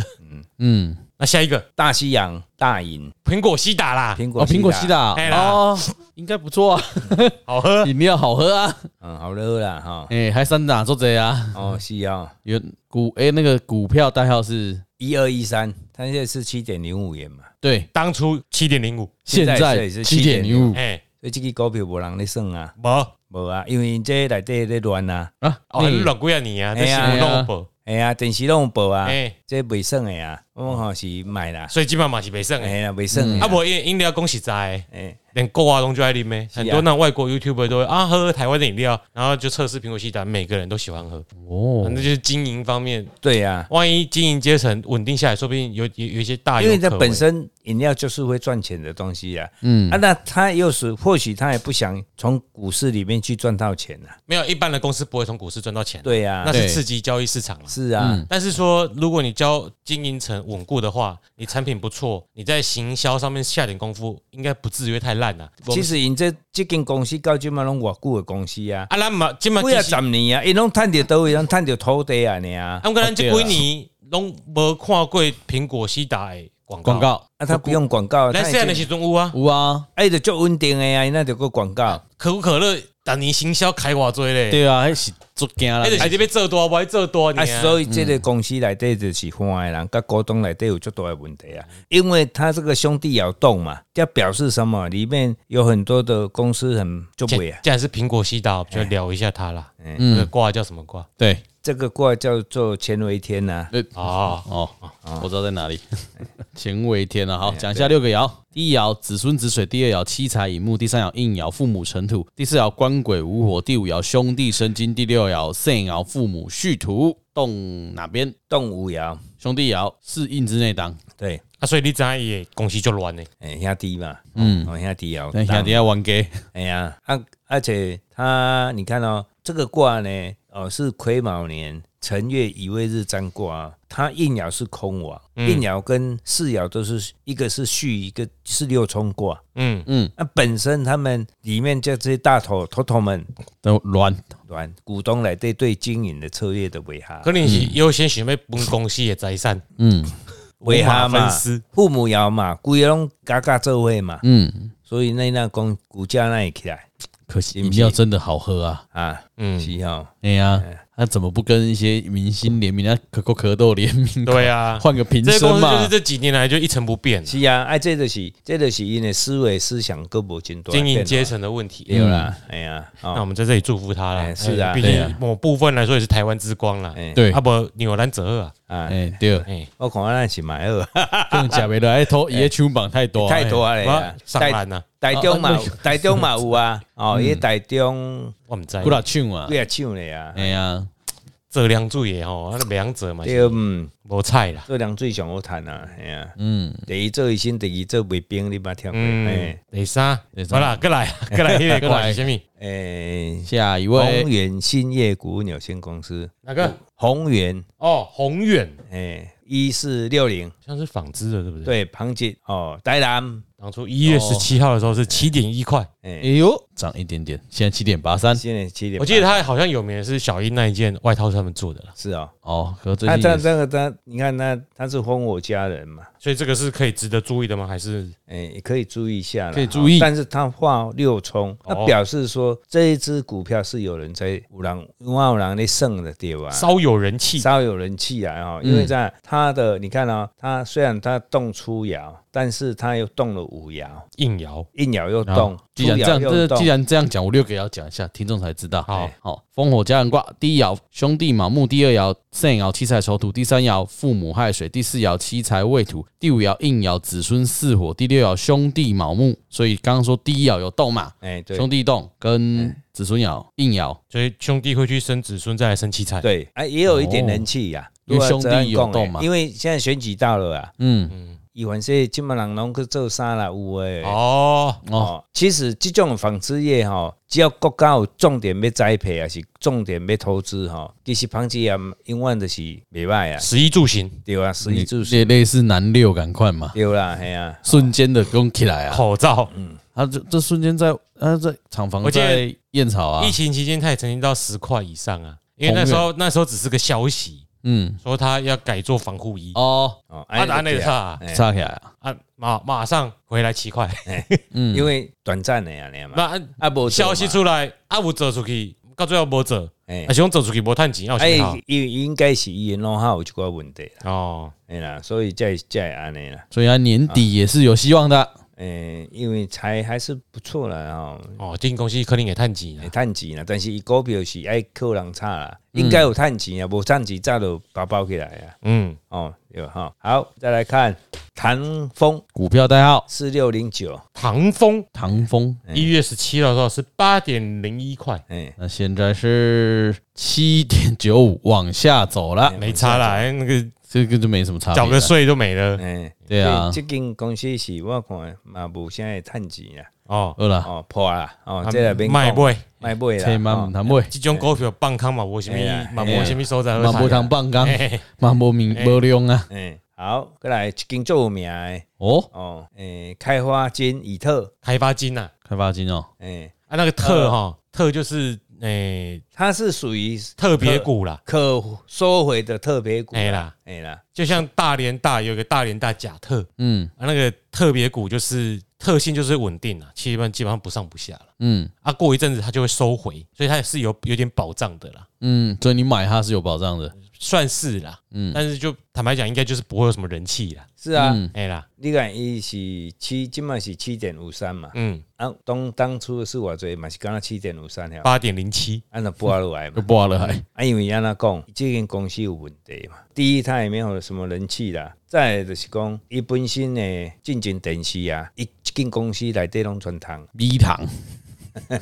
[SPEAKER 1] 嗯，
[SPEAKER 2] 那下一个
[SPEAKER 3] 大西洋大银
[SPEAKER 2] 苹果西打啦，
[SPEAKER 3] 苹果
[SPEAKER 1] 哦哦，苹果西达，
[SPEAKER 2] 哎啦
[SPEAKER 1] 哦，应该不错啊，
[SPEAKER 2] 好喝，
[SPEAKER 1] 饮料好喝啊，
[SPEAKER 3] 嗯，好了啦哈，
[SPEAKER 1] (laughs) 哎，还三打做贼啊，
[SPEAKER 3] 哦是啊。
[SPEAKER 1] 原股哎那个股票代号是，
[SPEAKER 3] 一二一三，它现在是七点零五元嘛，
[SPEAKER 1] 对，
[SPEAKER 2] 当初七点零五，
[SPEAKER 1] 现
[SPEAKER 3] 现在
[SPEAKER 1] 在
[SPEAKER 3] 也是
[SPEAKER 1] 七点零五
[SPEAKER 2] 哎，
[SPEAKER 3] 所以这个股票无人咧算啊，
[SPEAKER 2] 无，
[SPEAKER 3] 无啊，因为这内底咧乱啊，
[SPEAKER 1] 啊，
[SPEAKER 2] 哦，
[SPEAKER 1] 你
[SPEAKER 2] 你乱过啊你啊，
[SPEAKER 3] 哎
[SPEAKER 2] 那
[SPEAKER 3] 呀
[SPEAKER 2] 是弄不，
[SPEAKER 3] 哎呀、电视拢有报啊，
[SPEAKER 2] 哎，
[SPEAKER 3] 这未算的啊，我吼是买啦，
[SPEAKER 2] 所以基本上嘛是没剩的。
[SPEAKER 3] 哎呀未算的
[SPEAKER 2] 啊，
[SPEAKER 3] 啊，
[SPEAKER 2] 不，饮饮料恭喜在。
[SPEAKER 3] 哎
[SPEAKER 2] 连购啊东就爱啉咩，
[SPEAKER 3] 啊
[SPEAKER 2] 很多那种外国 YouTuber 都会啊喝台湾的饮料，然后就测试苹果西打，每个人都喜欢喝，
[SPEAKER 1] 哦
[SPEAKER 2] 反，正就是经营方面，
[SPEAKER 3] 对啊，
[SPEAKER 2] 万一经营阶层稳定下来，说不定有有有一些大有
[SPEAKER 3] 因为它
[SPEAKER 2] 可为
[SPEAKER 3] 本身饮料就是会赚钱的东西啊，
[SPEAKER 1] 嗯
[SPEAKER 3] 啊，那他又是或许他也不想从股市里面去赚到钱啊，
[SPEAKER 2] 没有一般的公司不会从股市赚到钱，
[SPEAKER 3] 对啊
[SPEAKER 2] 那，是嗯
[SPEAKER 1] 对
[SPEAKER 2] 刺激交易市场了。
[SPEAKER 3] 是啊，
[SPEAKER 2] 但是说，如果你交经营成稳固的话，你产品不错，你在行销上面下点功夫，应该不至于太烂啊了。
[SPEAKER 3] 其实因这这间公司到即嘛拢偌久的公司啊，
[SPEAKER 2] 啊，咱嘛今嘛
[SPEAKER 3] 几啊十年啊，因拢趁着倒位，拢趁着土地啊，你啊，
[SPEAKER 2] 俺们咱这几年拢无看过苹果西打的广告。
[SPEAKER 1] 广告
[SPEAKER 3] 啊，他不用广告，
[SPEAKER 2] 咱细汉的时阵有啊，
[SPEAKER 1] 有啊，
[SPEAKER 3] 哎，就足稳定的啊，那就个广告。
[SPEAKER 2] 可口可乐，但你行销开偌多嘞，
[SPEAKER 1] 对啊，还是足惊啦
[SPEAKER 2] 哎，，就是这边做多，不爱做多呢
[SPEAKER 3] 啊，。所以这个公司内底就是欢的人，甲股东内底有足大的问题啊，因为他这个兄弟窑洞嘛，这表示什么？里面有很多的公司很做不
[SPEAKER 2] 既
[SPEAKER 3] 啊，哎
[SPEAKER 2] 既然是苹果西打，我们就聊一下它啦。那个
[SPEAKER 1] 嗯，
[SPEAKER 2] 挂叫什么挂？
[SPEAKER 1] 对，
[SPEAKER 3] 这个卦叫做乾为天啊呐、
[SPEAKER 1] 对，
[SPEAKER 2] 哦，
[SPEAKER 1] 哦，我知道在哪里。乾为天啊，好，讲一下六个爻：第一爻子孙子水，第二爻七财引木，第三爻应爻父母成土，第四爻官鬼无火，第五爻兄弟生金，第六爻肾爻父母戌土。动哪边？
[SPEAKER 3] 动五爻，
[SPEAKER 1] 兄弟爻是印之内当，
[SPEAKER 3] 对，
[SPEAKER 2] 啊，所以你知道伊公司就乱呢。
[SPEAKER 3] 哎、兄弟嘛，嗯，哦、兄弟爻，
[SPEAKER 1] 那下底要玩给
[SPEAKER 3] 哎呀，啊，而且他你看哦，这个卦呢，哦是癸卯年辰月乙未日占卦啊，它应爻是空亡，
[SPEAKER 2] 嗯
[SPEAKER 3] 应爻跟四爻都是一个是戌，一个是六冲卦。
[SPEAKER 2] 嗯，
[SPEAKER 3] 那本身他们里面就这些大头头头们，
[SPEAKER 1] 都乱，
[SPEAKER 3] 软股东来对对经营的策略的尾哈，
[SPEAKER 2] 可能是优先想要分公司的财产，
[SPEAKER 1] 嗯
[SPEAKER 3] 尾哈
[SPEAKER 2] 分
[SPEAKER 3] 嘛，
[SPEAKER 2] 尸。
[SPEAKER 3] 父母爻嘛，股也拢嘎嘎做位嘛，
[SPEAKER 1] 嗯，
[SPEAKER 3] 所以那那公股价那也起来
[SPEAKER 1] 可惜饮料真的好喝啊！
[SPEAKER 3] 啊，
[SPEAKER 2] 嗯
[SPEAKER 3] 是哦，
[SPEAKER 1] 哎呀，他怎么不跟一些明星联名？那可口可乐联名，
[SPEAKER 2] 对啊，
[SPEAKER 1] 换个瓶
[SPEAKER 2] 这个
[SPEAKER 1] 身
[SPEAKER 2] 公司就是
[SPEAKER 1] 嘛。
[SPEAKER 2] 这几年来就一成不变，
[SPEAKER 3] 是啊，哎、这就是这就是因为思维思想各无真多
[SPEAKER 2] 经营阶层的问题。
[SPEAKER 3] 啊对啦，哎呀，
[SPEAKER 2] 那我
[SPEAKER 3] 哦，
[SPEAKER 2] 们在这里祝福他了，
[SPEAKER 3] 哎是啊
[SPEAKER 2] 哎毕
[SPEAKER 1] 对
[SPEAKER 2] 竟
[SPEAKER 1] 啊
[SPEAKER 2] 某部分来说也是台湾之光啦。
[SPEAKER 3] 哎
[SPEAKER 1] 对
[SPEAKER 2] 啊，不，纽兰泽啊，
[SPEAKER 3] 啊，
[SPEAKER 1] 哎，对，
[SPEAKER 2] 哎，
[SPEAKER 3] 我看咱是买
[SPEAKER 2] (laughs)
[SPEAKER 3] 二，
[SPEAKER 1] 更假袂了，哎，头爷抢榜太多，
[SPEAKER 3] 太多了
[SPEAKER 2] 我
[SPEAKER 3] 啦，
[SPEAKER 2] 上
[SPEAKER 3] 台
[SPEAKER 2] 篮啊，
[SPEAKER 3] 台中嘛
[SPEAKER 1] 啊，
[SPEAKER 3] 台中嘛
[SPEAKER 2] (laughs)
[SPEAKER 3] 有啊，哦，
[SPEAKER 2] 嗯
[SPEAKER 3] 伊台中
[SPEAKER 2] 我们在
[SPEAKER 1] 古拉唱啊
[SPEAKER 3] 几，啊唱咧啊，
[SPEAKER 1] 哎呀，
[SPEAKER 2] 这两注也吼，那两者嘛，
[SPEAKER 3] 对，嗯。
[SPEAKER 2] 无菜啦。
[SPEAKER 3] 做人最上好趁啊，哎呀、
[SPEAKER 1] 嗯，
[SPEAKER 3] 第一做医生，第二做卫兵，你捌听过？
[SPEAKER 2] 嗯
[SPEAKER 3] 哎、，
[SPEAKER 2] 第三，
[SPEAKER 1] 第三
[SPEAKER 2] 好啦，过来，过
[SPEAKER 1] (laughs)
[SPEAKER 2] 来，那个
[SPEAKER 1] 再来
[SPEAKER 2] 是什么？
[SPEAKER 3] 诶，
[SPEAKER 1] 下一
[SPEAKER 3] 哎宏
[SPEAKER 1] 位
[SPEAKER 3] 远兴业股份有限公司，
[SPEAKER 2] 哪个？
[SPEAKER 3] 宏远，
[SPEAKER 2] 哦，宏远，
[SPEAKER 3] 哎，一四六零，
[SPEAKER 2] 像是纺织的，对不对？，
[SPEAKER 3] 对，庞吉，哦，台南，
[SPEAKER 2] 当初一月
[SPEAKER 1] 哦
[SPEAKER 2] 十七号的时候是七点一块，
[SPEAKER 1] 哎
[SPEAKER 3] 哎，
[SPEAKER 1] 呦，涨一点点，现在七点八三
[SPEAKER 3] 现在七点，
[SPEAKER 2] 我记得他好像有名的是小英那一件外套是他们做的啦，
[SPEAKER 3] 是哦，
[SPEAKER 1] 哦，和最
[SPEAKER 3] 他
[SPEAKER 1] 近
[SPEAKER 3] 这
[SPEAKER 1] 也是
[SPEAKER 3] 这个他，你看他他是封我家人嘛，
[SPEAKER 2] 所以这个是可以值得注意的吗？还是
[SPEAKER 3] 哎，也可以注意一下啦，
[SPEAKER 1] 可以注意
[SPEAKER 3] 哦但是他画六冲，那
[SPEAKER 2] 哦
[SPEAKER 3] 表示说这一只股票是有人在有人有人在胜的对吧？
[SPEAKER 2] 稍有人气？
[SPEAKER 3] 稍有人气来哈，因
[SPEAKER 1] 嗯
[SPEAKER 3] 为在他的你看啊、他虽然他动初爻，但是他又动了五爻，
[SPEAKER 2] 应爻
[SPEAKER 3] 一爻又
[SPEAKER 1] 啊
[SPEAKER 3] 动，初
[SPEAKER 1] 既然这
[SPEAKER 3] 爻
[SPEAKER 1] 样，
[SPEAKER 3] 又
[SPEAKER 1] 这既
[SPEAKER 3] 动，
[SPEAKER 1] 然这样讲，我六个也要讲一下，听众才知道。哎
[SPEAKER 2] 好
[SPEAKER 1] 好，烽火家人卦，第一爻兄弟卯木，第二爻肾爻七财丑土，第三爻父母亥水，第四爻七财未土，第五爻应爻子孙巳火，第六爻兄弟卯木。所以刚刚说第一爻有动嘛，
[SPEAKER 3] 哎，对
[SPEAKER 1] 兄弟动跟子孙爻应爻，
[SPEAKER 2] 所以兄弟会去生子孙，再来生七彩。，
[SPEAKER 3] 对，哎，也有一点人气呀、
[SPEAKER 1] 哦因为
[SPEAKER 3] 如果这样
[SPEAKER 1] 兄弟有
[SPEAKER 3] 讲
[SPEAKER 1] 动嘛
[SPEAKER 3] 哎因为现在选举到了啊，
[SPEAKER 1] 嗯，
[SPEAKER 2] 嗯，
[SPEAKER 3] 以凡说金门人拢去做啥啦，有诶。
[SPEAKER 2] 哦，
[SPEAKER 1] 哦，
[SPEAKER 3] 哦，其实这种纺织业哈、只要国家有重点要栽培，还是重点要投资哈、其实纺织业永远都是袂歹啊，
[SPEAKER 2] 十一住行，
[SPEAKER 3] 对啊，实际就是
[SPEAKER 1] 类类似男六赶快嘛，
[SPEAKER 3] 对啦，嘿啊，
[SPEAKER 1] 瞬间的攻起来啊！
[SPEAKER 2] 口罩。
[SPEAKER 1] 他这这瞬间在他在厂房
[SPEAKER 2] 我记得
[SPEAKER 1] 在燕巢啊
[SPEAKER 2] 疫，情期间，他也曾经到十块以上啊，因为
[SPEAKER 1] 宏
[SPEAKER 2] 那
[SPEAKER 1] 远
[SPEAKER 2] 时候那时候只是个消息，
[SPEAKER 1] 嗯，
[SPEAKER 2] 说他要改做防护衣。
[SPEAKER 1] 哦，
[SPEAKER 3] 哦，
[SPEAKER 2] 啊，
[SPEAKER 3] 安
[SPEAKER 2] 那那个啥
[SPEAKER 3] 哎
[SPEAKER 1] 炸起来啊，
[SPEAKER 2] 啊，马马上回来七块。
[SPEAKER 1] 嗯，
[SPEAKER 3] 因为短暂的呀，你嘛，
[SPEAKER 2] (laughs) 那
[SPEAKER 3] 啊，无
[SPEAKER 2] 消息，出来，啊，有做出去，到最后无做，
[SPEAKER 3] 哎
[SPEAKER 2] 啊，，是讲做出去无趁钱，啊，
[SPEAKER 3] 哎
[SPEAKER 2] 是好，
[SPEAKER 3] 伊应该是伊弄好有一个问题啦，
[SPEAKER 2] 哦，
[SPEAKER 3] 哎啦，所以才才安尼啦，
[SPEAKER 1] 所以他年底也是有希望的。
[SPEAKER 3] 哎，因为财还是不错啦吼，
[SPEAKER 2] 哦，进公司可能也趁钱
[SPEAKER 3] 会
[SPEAKER 2] 啊，
[SPEAKER 3] 趁钱啦，但是伊股票是爱靠人差啦，应该有趁钱啊，无趁钱早就包包起来啊，
[SPEAKER 2] 嗯，
[SPEAKER 3] 哦，对哈，好，再来看唐风
[SPEAKER 1] 股票代号
[SPEAKER 3] 四六零九，
[SPEAKER 2] 唐风
[SPEAKER 1] 唐风，
[SPEAKER 3] 哎
[SPEAKER 2] 一月十七号的时候是八点零一块，
[SPEAKER 3] 哎，
[SPEAKER 1] 那现在是七点九五，往下走
[SPEAKER 3] 哦
[SPEAKER 1] 了，
[SPEAKER 2] 没差啦，哎那个
[SPEAKER 1] 这个就没什么差别
[SPEAKER 2] 缴个
[SPEAKER 1] 了。
[SPEAKER 2] 税都没了，
[SPEAKER 3] 哎，
[SPEAKER 1] 对啊，
[SPEAKER 3] 这间公司是我看嘛无啥会趁钱啦，
[SPEAKER 2] 哦，啊
[SPEAKER 1] 饿了，
[SPEAKER 3] 哦，破啦，哦，这边
[SPEAKER 2] 卖不会，
[SPEAKER 3] 卖不啦，
[SPEAKER 1] 千
[SPEAKER 3] 哦
[SPEAKER 1] 万唔通买，
[SPEAKER 2] 这种股票放空嘛，无什
[SPEAKER 3] 哎
[SPEAKER 2] 么
[SPEAKER 3] 呀
[SPEAKER 2] 嘛，
[SPEAKER 3] 哎呀
[SPEAKER 2] 无什么所在好
[SPEAKER 1] 嘛
[SPEAKER 2] 赚啊，
[SPEAKER 1] 无通放工，
[SPEAKER 2] 嘿嘿
[SPEAKER 1] 嘛无名无量啊。
[SPEAKER 3] 哎，好，再来一间最有名的
[SPEAKER 1] 哦，
[SPEAKER 3] 哦，诶、开发金以特，
[SPEAKER 2] 开发金呐、啊，
[SPEAKER 1] 开发金哦，
[SPEAKER 3] 诶、
[SPEAKER 2] 啊那个
[SPEAKER 3] 呃
[SPEAKER 2] 特哈特就是诶、
[SPEAKER 3] 它是属于
[SPEAKER 2] 特别股啦，
[SPEAKER 3] 可收回的特别股，
[SPEAKER 2] 哎啦，
[SPEAKER 3] 哎啦，
[SPEAKER 2] 就像大连大有一个大连大甲特
[SPEAKER 1] 嗯
[SPEAKER 2] 啊，那个特别股就是特性就是稳定啦，基本基本上不上不下了
[SPEAKER 1] 嗯
[SPEAKER 2] 啊，过一阵子它就会收回，所以它也是有有点保障的啦，
[SPEAKER 1] 嗯，所以你买它是有保障的，
[SPEAKER 2] 算是啦，
[SPEAKER 1] 嗯
[SPEAKER 2] 嗯，但是就坦白讲，应该就是不会有什么人气啦，
[SPEAKER 3] 是啊，
[SPEAKER 1] 嗯
[SPEAKER 2] 哎、啦，
[SPEAKER 3] 你看伊是七，今嘛是七点五三嘛，
[SPEAKER 2] 嗯，
[SPEAKER 3] 啊，当当初是偌济嘛是刚刚七点五三了，
[SPEAKER 2] 八点零七，
[SPEAKER 3] 安那拨落来
[SPEAKER 1] 又
[SPEAKER 3] 嘛，
[SPEAKER 2] 嗯
[SPEAKER 1] 挂了还，
[SPEAKER 3] 啊，因为安那讲，这间公司有问题嘛，第一它也没有什么人气啦，再来就是讲伊本身呢，进前电视啊，伊这间公司内底拢全通。
[SPEAKER 1] 咪糖 (laughs)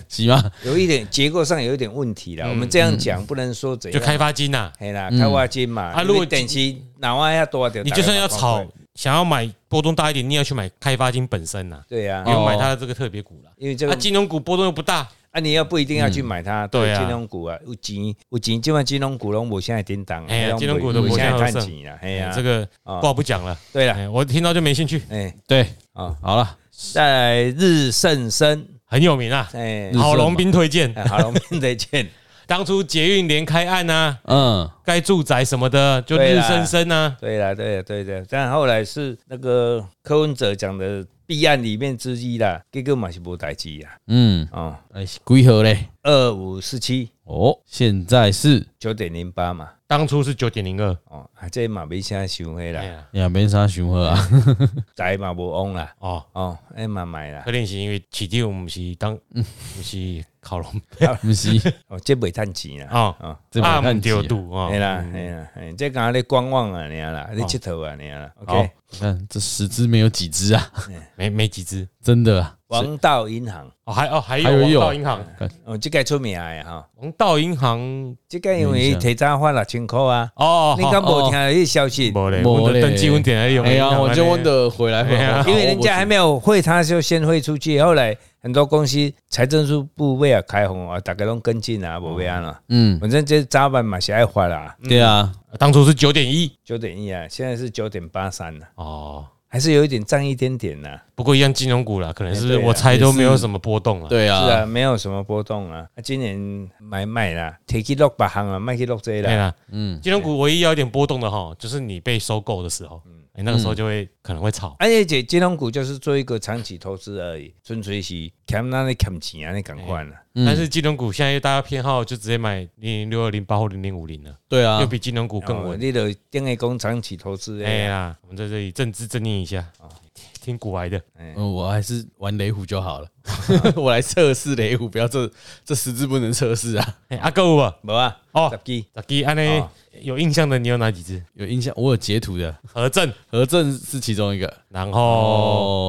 [SPEAKER 1] 是吗？
[SPEAKER 3] 有一点结构上有一点问题啦。我们这样讲不能说怎
[SPEAKER 2] 嗯就
[SPEAKER 3] 样，
[SPEAKER 2] 开发金呐、
[SPEAKER 3] 嘿啦，开挖金嘛。
[SPEAKER 2] 啊
[SPEAKER 3] 啊，
[SPEAKER 2] 如
[SPEAKER 3] 如
[SPEAKER 2] 果
[SPEAKER 3] 果等期哪万要多点，
[SPEAKER 2] 你就算要
[SPEAKER 3] 大概
[SPEAKER 2] 炒
[SPEAKER 3] 嘛，
[SPEAKER 2] 想要买波动大一点，你也要去买开发金本身呐、
[SPEAKER 3] 对呀
[SPEAKER 2] 不，用买它的这个特别股啦。
[SPEAKER 3] 因为这
[SPEAKER 2] 它
[SPEAKER 3] 个
[SPEAKER 2] 金融股波动又不大，
[SPEAKER 3] 啊，你要不一定要去买它，
[SPEAKER 2] 啊对
[SPEAKER 3] 对
[SPEAKER 2] 啊
[SPEAKER 3] 金融股啊，有钱有钱，今晚金融股拢无现在叮当，啊
[SPEAKER 2] 哎呀
[SPEAKER 3] 拢
[SPEAKER 2] 金融股都
[SPEAKER 3] 没
[SPEAKER 2] 没
[SPEAKER 3] 现在
[SPEAKER 2] 现在
[SPEAKER 3] 赚
[SPEAKER 2] 好
[SPEAKER 3] 钱啦，哎呀
[SPEAKER 2] 哎，这个
[SPEAKER 3] 啊
[SPEAKER 2] 挂不讲了。
[SPEAKER 3] 对了，
[SPEAKER 2] 哎，我听到就没兴趣，
[SPEAKER 3] 哎
[SPEAKER 1] 对，
[SPEAKER 3] 啊，
[SPEAKER 1] 好了，
[SPEAKER 3] 再来日盛生，
[SPEAKER 2] 很有名啊。
[SPEAKER 3] 哎
[SPEAKER 1] 日，
[SPEAKER 2] 郝龙斌推荐，
[SPEAKER 3] 哎好了，我们再见， (laughs)
[SPEAKER 2] 当初捷运连开案啊，
[SPEAKER 1] 嗯，
[SPEAKER 2] 盖住宅什么的，就
[SPEAKER 3] 对
[SPEAKER 2] 日
[SPEAKER 3] 啦
[SPEAKER 2] 升升啊。
[SPEAKER 3] 对啦，对啦，对的，但后来是那个柯文哲讲的弊案里面之一啦，结果嘛是无代志啦，
[SPEAKER 1] 嗯，
[SPEAKER 3] 哦，
[SPEAKER 1] 哎，几号嘞？
[SPEAKER 3] 二五四七
[SPEAKER 1] 哦，现在是
[SPEAKER 3] 九点零八嘛，
[SPEAKER 2] 当初是九点零二，
[SPEAKER 3] 哦，啊，这嘛没啥想黑
[SPEAKER 2] 哎
[SPEAKER 3] 啦，
[SPEAKER 2] 呀，
[SPEAKER 1] 也没啥想好啊， (laughs)
[SPEAKER 3] 债嘛无往啦，
[SPEAKER 2] 哦，
[SPEAKER 3] 哦，哎嘛买啦
[SPEAKER 2] 可，能是因为起底我们是当，
[SPEAKER 1] 嗯
[SPEAKER 2] 不是郝
[SPEAKER 1] (laughs)
[SPEAKER 2] 龙
[SPEAKER 1] 不是，
[SPEAKER 3] 哦，这袂趁钱啦，
[SPEAKER 2] 哦，
[SPEAKER 3] 哦，
[SPEAKER 1] 这
[SPEAKER 2] 啊，
[SPEAKER 1] 么
[SPEAKER 2] 唔
[SPEAKER 1] 看
[SPEAKER 2] 丢度啊
[SPEAKER 3] 哎。啦，哎啦，哎，这刚刚咧观望啊，你啦，
[SPEAKER 2] 哦
[SPEAKER 3] 你佚佗啊，你啦
[SPEAKER 2] 好
[SPEAKER 3] ，OK，
[SPEAKER 1] 你看这十只没有几只啊， (laughs)
[SPEAKER 2] 没没几只
[SPEAKER 1] 真的啊，
[SPEAKER 3] 王道银行，
[SPEAKER 2] 哦，还哦还有
[SPEAKER 1] 还有
[SPEAKER 2] 王
[SPEAKER 1] 有
[SPEAKER 2] 道银行，
[SPEAKER 3] 哦，这个出名的哈，
[SPEAKER 2] 王道银行
[SPEAKER 3] 这个因为提早发六千块啊，
[SPEAKER 2] 哦，
[SPEAKER 3] 你敢
[SPEAKER 1] 哦
[SPEAKER 3] 无听到这消息？
[SPEAKER 2] 无嘞，
[SPEAKER 1] 没
[SPEAKER 2] 我
[SPEAKER 1] 嘞
[SPEAKER 2] 的登记问题还有
[SPEAKER 1] 哎呀，我就问
[SPEAKER 2] 的，
[SPEAKER 1] 的回来回哦
[SPEAKER 2] 哎
[SPEAKER 1] 来
[SPEAKER 2] 呀，
[SPEAKER 1] 好
[SPEAKER 3] 因为人家还没有汇，他就先汇出去，后来很多公司财政部为了开放啊，大家拢跟进啊，无为安啦，
[SPEAKER 1] 嗯，
[SPEAKER 3] 反正这早晚嘛是爱发啦。
[SPEAKER 1] 对啊，
[SPEAKER 2] 当初是九点一
[SPEAKER 3] 九点一啊，现在是九点八三了，
[SPEAKER 2] 哦，
[SPEAKER 3] 还是有一点涨一点点啊呐、
[SPEAKER 2] 不过一样金融股啦，可能
[SPEAKER 3] 哎
[SPEAKER 2] 是
[SPEAKER 3] 对啊
[SPEAKER 2] 我猜都没
[SPEAKER 1] 也
[SPEAKER 2] 有
[SPEAKER 1] 是
[SPEAKER 2] 什么波动了。，
[SPEAKER 1] 对
[SPEAKER 3] 是啊，
[SPEAKER 1] 啊，
[SPEAKER 3] 没有什么波动啊。啊今年买卖啦，提起落别行啊，卖去落
[SPEAKER 2] 对
[SPEAKER 3] 这啦。
[SPEAKER 2] 啦，
[SPEAKER 1] 嗯，
[SPEAKER 2] 哎金融股唯一要有点波动的哈，就是你被收购的时候，
[SPEAKER 1] 嗯
[SPEAKER 2] 哎，那个时候就会可能会炒。
[SPEAKER 3] 而且这金融股啊就是做一个长期投资而已，纯粹是欠那里欠钱啊，你赶快啦。
[SPEAKER 1] 嗯
[SPEAKER 2] 但是金融股现在大家偏好就直接买零零六二零八或零零五零了，
[SPEAKER 1] 对啊
[SPEAKER 2] 又，比金融股更
[SPEAKER 3] 哦
[SPEAKER 2] 稳。
[SPEAKER 3] 你就定义讲长期投资
[SPEAKER 2] 哎
[SPEAKER 3] 诶。
[SPEAKER 2] 呀，我们在这里政治正念一下，听古来的，
[SPEAKER 1] 嗯，我还是玩雷虎就好了， (laughs) 我来测试雷虎，不要这这十只不能测试啊，
[SPEAKER 2] 哎阿哥吧，
[SPEAKER 3] 无啊，
[SPEAKER 2] 哦
[SPEAKER 3] 十支
[SPEAKER 2] 大吉安呢
[SPEAKER 3] 哦
[SPEAKER 2] 有印象的你有哪几只？
[SPEAKER 1] 有印象，我有截图的，
[SPEAKER 2] 和正，
[SPEAKER 1] 何正是其中一个，
[SPEAKER 2] 然后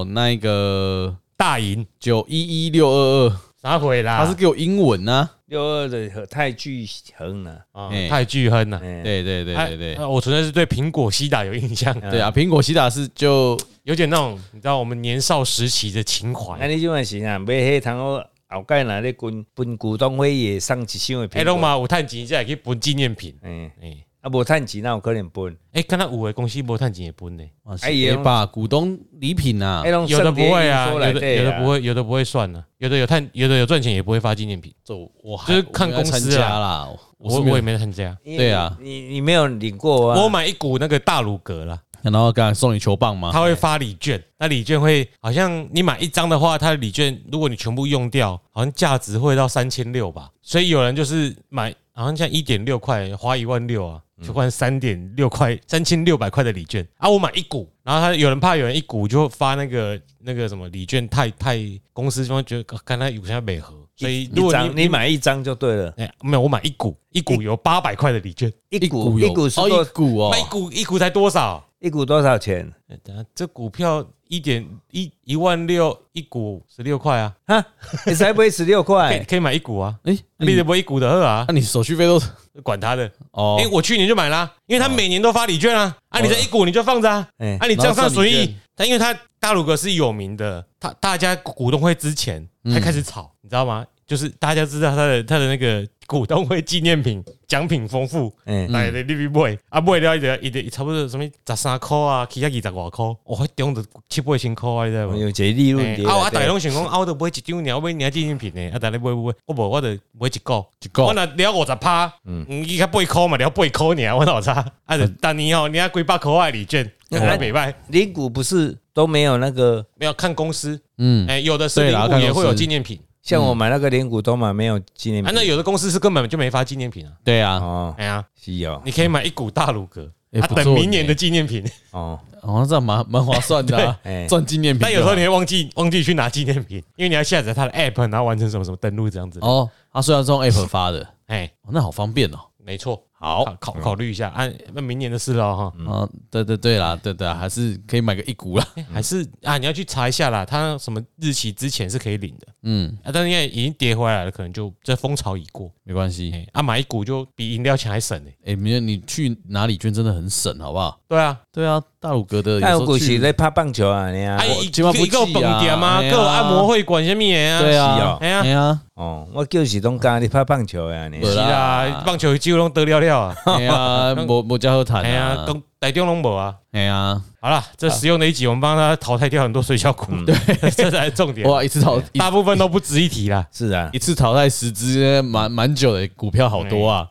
[SPEAKER 1] 哦，那一个
[SPEAKER 2] 大银，
[SPEAKER 1] 九一一六二二，
[SPEAKER 2] 啥鬼啦？
[SPEAKER 1] 他是给我英文啊，
[SPEAKER 3] 六二的和泰聚恒呢？
[SPEAKER 2] 啊
[SPEAKER 1] 哎，
[SPEAKER 2] 太巨亨呐、
[SPEAKER 3] 哎，
[SPEAKER 1] 对对对
[SPEAKER 2] 哎
[SPEAKER 1] 对对
[SPEAKER 2] 那我纯粹是对苹果西打有印象，
[SPEAKER 1] 对啊，苹果西达是就
[SPEAKER 2] 有点那种你知道我们年少时期的情
[SPEAKER 3] 那
[SPEAKER 2] 怀。
[SPEAKER 3] 你这款是啊，买迄通我后盖那咧分分股东会也送一箱的
[SPEAKER 2] 哎，
[SPEAKER 3] 苹
[SPEAKER 2] 龙
[SPEAKER 3] 果。
[SPEAKER 2] 马有探钱，这也可以分纪念品。
[SPEAKER 3] 哎，
[SPEAKER 2] 哎
[SPEAKER 3] 啊，无趁钱哪有可能分？
[SPEAKER 2] 哎，刚才五的公司无探钱也分呢，
[SPEAKER 1] 哇
[SPEAKER 3] 哎也
[SPEAKER 1] 谁把股东礼品啊
[SPEAKER 3] 哎，，拢
[SPEAKER 2] 有的不会啊，
[SPEAKER 3] 剩
[SPEAKER 2] 有
[SPEAKER 3] 下的
[SPEAKER 2] 的有的不
[SPEAKER 3] 会。
[SPEAKER 2] 会，有的不会算呢，有的有探，有的有赚钱也不会发纪念品。
[SPEAKER 1] 走，我还
[SPEAKER 2] 就是看公
[SPEAKER 1] 我没有参
[SPEAKER 2] 司啊
[SPEAKER 1] 加啦，我
[SPEAKER 2] 我
[SPEAKER 1] 是
[SPEAKER 2] 我
[SPEAKER 1] 没
[SPEAKER 2] 也
[SPEAKER 1] 有。
[SPEAKER 2] 没参加，
[SPEAKER 3] 因为
[SPEAKER 1] 对啊
[SPEAKER 3] 你你没有领过啊？
[SPEAKER 2] 我买一股那个大鲁格啦，
[SPEAKER 1] 然后刚才送你球棒吗？
[SPEAKER 2] 他会发礼券，那礼券会好像你买一张的话，它的礼券如果你全部用掉，好像价值会到三千六吧。所以有人就是买，好像像一点六块花一万六啊，就换三点六块三千六百块的礼券啊。我买一股，然后他有人怕有人一股就发那个那个什么礼券太太公司就会觉得刚才有些美合，所以如
[SPEAKER 3] 一
[SPEAKER 2] 果
[SPEAKER 3] 张
[SPEAKER 2] 你
[SPEAKER 3] 你买一张就对了，
[SPEAKER 2] 哎、没有我买一股，一股有八百块的礼券，
[SPEAKER 3] 一股一
[SPEAKER 1] 有
[SPEAKER 3] 股是
[SPEAKER 1] 哦，一
[SPEAKER 3] 多
[SPEAKER 1] 股哦
[SPEAKER 2] 买，一股一股才多少？
[SPEAKER 3] 一股多少钱？
[SPEAKER 2] 欸等下，这股票一点一一万六一股十六块啊，
[SPEAKER 3] 哈，你才不会十
[SPEAKER 2] (laughs)
[SPEAKER 3] 六
[SPEAKER 2] 可以
[SPEAKER 3] 块？
[SPEAKER 2] 可以买一股啊，
[SPEAKER 1] 哎，那
[SPEAKER 2] 你
[SPEAKER 1] 你
[SPEAKER 2] 得不会一股的二啊
[SPEAKER 1] 那，你手续费都
[SPEAKER 2] 管他的，
[SPEAKER 1] 哦
[SPEAKER 2] 哎，，我去年就买啦，因为他每年都发礼券啊，啊，你这一股你就放着啊，
[SPEAKER 3] 哎
[SPEAKER 2] 啊，你账上损
[SPEAKER 1] 然后送礼
[SPEAKER 2] 益
[SPEAKER 1] 券，
[SPEAKER 2] 但因为他大鲁格是有名的，他
[SPEAKER 1] 嗯
[SPEAKER 2] 大家股东会之前他开始炒，你知道吗？就是大家知道他的他的那个股东会纪念品奖品丰富，
[SPEAKER 3] 嗯
[SPEAKER 2] 来你你去买，啊买了一个一个差不多什么十三块啊，起啊二十外块，哇，迄中就七八千块啊，你知道
[SPEAKER 3] 有
[SPEAKER 2] 无？
[SPEAKER 3] 一个利润
[SPEAKER 2] 欸
[SPEAKER 3] 点
[SPEAKER 2] 啊！我大家拢想讲，啊，我都买一张尔，我买领纪念品呢。啊，但你买买买，我无，我就买一个，
[SPEAKER 1] 一个
[SPEAKER 2] 我若了五十趴，嗯，伊较八箍嘛，了八箍尔，我哪有差？
[SPEAKER 1] 嗯
[SPEAKER 2] 啊，就当年吼，你啊几百箍啊礼券，我袂歹。
[SPEAKER 3] 零股不是都没有那个，
[SPEAKER 2] 没有看公司，
[SPEAKER 1] 嗯，
[SPEAKER 2] 哎，有的是
[SPEAKER 1] 对
[SPEAKER 2] 零
[SPEAKER 1] 啦
[SPEAKER 2] 股
[SPEAKER 1] 看
[SPEAKER 2] 也
[SPEAKER 1] 公
[SPEAKER 2] 会有
[SPEAKER 1] 司
[SPEAKER 2] 纪念品，
[SPEAKER 3] 像我买那个零股都嘛没有纪念
[SPEAKER 2] 嗯
[SPEAKER 1] 嗯
[SPEAKER 2] 啊，
[SPEAKER 3] 品
[SPEAKER 2] 那有的公司是根本就没发纪念品啊。
[SPEAKER 1] 对啊，
[SPEAKER 3] 哦，
[SPEAKER 2] 哎呀，
[SPEAKER 3] 是哦，
[SPEAKER 2] 你可以买一股大鲁阁，
[SPEAKER 1] 哎
[SPEAKER 2] 啊，
[SPEAKER 1] 不错
[SPEAKER 2] 等明年的纪念品。
[SPEAKER 3] 哦，
[SPEAKER 1] 好像这样蛮蛮划算的
[SPEAKER 2] (laughs)
[SPEAKER 1] 啊
[SPEAKER 3] 对哎，
[SPEAKER 1] 赚纪念品就好。啊
[SPEAKER 2] 但有时候你会忘记忘记去拿纪念品，因为你要下载它的 app，然后完成什么什么登录这样子。
[SPEAKER 1] 哦，他虽然是用 App 发的，
[SPEAKER 2] 哎，
[SPEAKER 1] 哦那好方便哦。
[SPEAKER 2] 没错，
[SPEAKER 1] 好
[SPEAKER 2] 考考考虑一下，按那明年的事了哈。
[SPEAKER 1] 啊，对对对啦，对对啊，还是可以买个一股啦。
[SPEAKER 2] 还是啊，你要去查一下啦，它什么日期之前是可以领的
[SPEAKER 1] 嗯，
[SPEAKER 2] 啊，但是因为已经跌回来了，可能就这风潮已过。
[SPEAKER 1] 没关系。
[SPEAKER 2] 哎，啊，买一股就比饮料钱还省呢、
[SPEAKER 1] 哎，明天你去哪里捐真的很省，好不好？
[SPEAKER 2] 对啊，
[SPEAKER 1] 对啊，大鲁阁的
[SPEAKER 3] 那
[SPEAKER 1] 有
[SPEAKER 3] 我
[SPEAKER 1] 时候
[SPEAKER 3] 股是
[SPEAKER 1] 去，
[SPEAKER 3] 在拍棒球啊，你啊
[SPEAKER 2] 啊，，
[SPEAKER 1] 哎我
[SPEAKER 2] 一
[SPEAKER 1] 今晚不
[SPEAKER 2] 一个
[SPEAKER 1] 记
[SPEAKER 2] 本
[SPEAKER 1] 啊
[SPEAKER 2] 店啊，
[SPEAKER 1] 哎呀
[SPEAKER 2] 个按摩会馆什么的啊，
[SPEAKER 1] 对
[SPEAKER 3] 是
[SPEAKER 1] 啊
[SPEAKER 3] 哦，
[SPEAKER 2] 哎
[SPEAKER 1] 哎
[SPEAKER 2] 呀，
[SPEAKER 1] 呀，
[SPEAKER 3] 哦，我就是拢教你拍棒球啊，你
[SPEAKER 1] 对
[SPEAKER 2] 是啊，棒球几乎拢得了了
[SPEAKER 1] (laughs)
[SPEAKER 2] 啊，
[SPEAKER 1] 哎呀，没没加好谈
[SPEAKER 2] 哎呀，
[SPEAKER 1] 啊，
[SPEAKER 2] 东台中拢无啊。
[SPEAKER 1] 哎呀，
[SPEAKER 2] 好了，这
[SPEAKER 1] 啊
[SPEAKER 2] 实用的一集，我们帮他淘汰掉很多水饺股，
[SPEAKER 1] 嗯
[SPEAKER 2] 对， (laughs) 这才是重点。
[SPEAKER 1] 哇，一次淘一
[SPEAKER 2] 啊大部分都不值一提啦。
[SPEAKER 3] 是啊，
[SPEAKER 1] 一次淘汰十只，蛮蛮久的股票好多
[SPEAKER 2] 哎
[SPEAKER 1] 啊。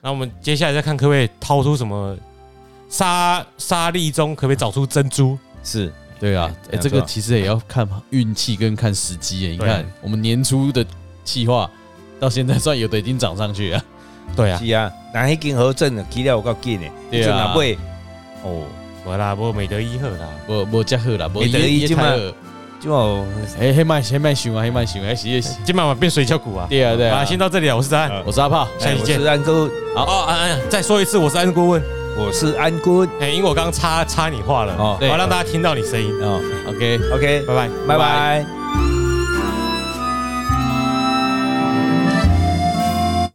[SPEAKER 2] 那我们接下来再看，可不可以掏出什么沙沙粒中，可不可以找出珍珠？
[SPEAKER 3] 是
[SPEAKER 1] 对啊，哎，
[SPEAKER 3] 没
[SPEAKER 1] 这个
[SPEAKER 3] 错
[SPEAKER 1] 其实也要看运气跟看时机耶。你
[SPEAKER 2] 对
[SPEAKER 1] 看我们年初的计划，到现在算有的已经涨上去了。
[SPEAKER 2] 对啊，
[SPEAKER 3] 是啊，但迄间核证起了有够紧的，
[SPEAKER 1] 对啊
[SPEAKER 3] 迄阵若买，哦，
[SPEAKER 2] 无啦，无美德伊赫啦，
[SPEAKER 1] 无无遮好啦，无
[SPEAKER 3] 你等于这摆
[SPEAKER 1] 好。
[SPEAKER 3] 就
[SPEAKER 1] 哎，黑麦黑麦想啊，黑麦想，哎是是。
[SPEAKER 2] 今晚晚变水饺股啊。
[SPEAKER 1] 对啊对
[SPEAKER 2] 好啦，
[SPEAKER 1] 啊，
[SPEAKER 2] 先到这里啊，我是安。
[SPEAKER 1] 我是阿炮，
[SPEAKER 2] 下期见
[SPEAKER 3] 哎我是安哥，
[SPEAKER 2] 好哦，安安，再说一次，我是安顾问。
[SPEAKER 3] 我是安哥，
[SPEAKER 2] 哎，因为我刚刚插插你话了，
[SPEAKER 3] 哦
[SPEAKER 2] 我要让大家听到你声音。
[SPEAKER 3] 哦
[SPEAKER 1] OK。
[SPEAKER 3] ，OK，
[SPEAKER 2] 拜拜。
[SPEAKER 3] 拜拜。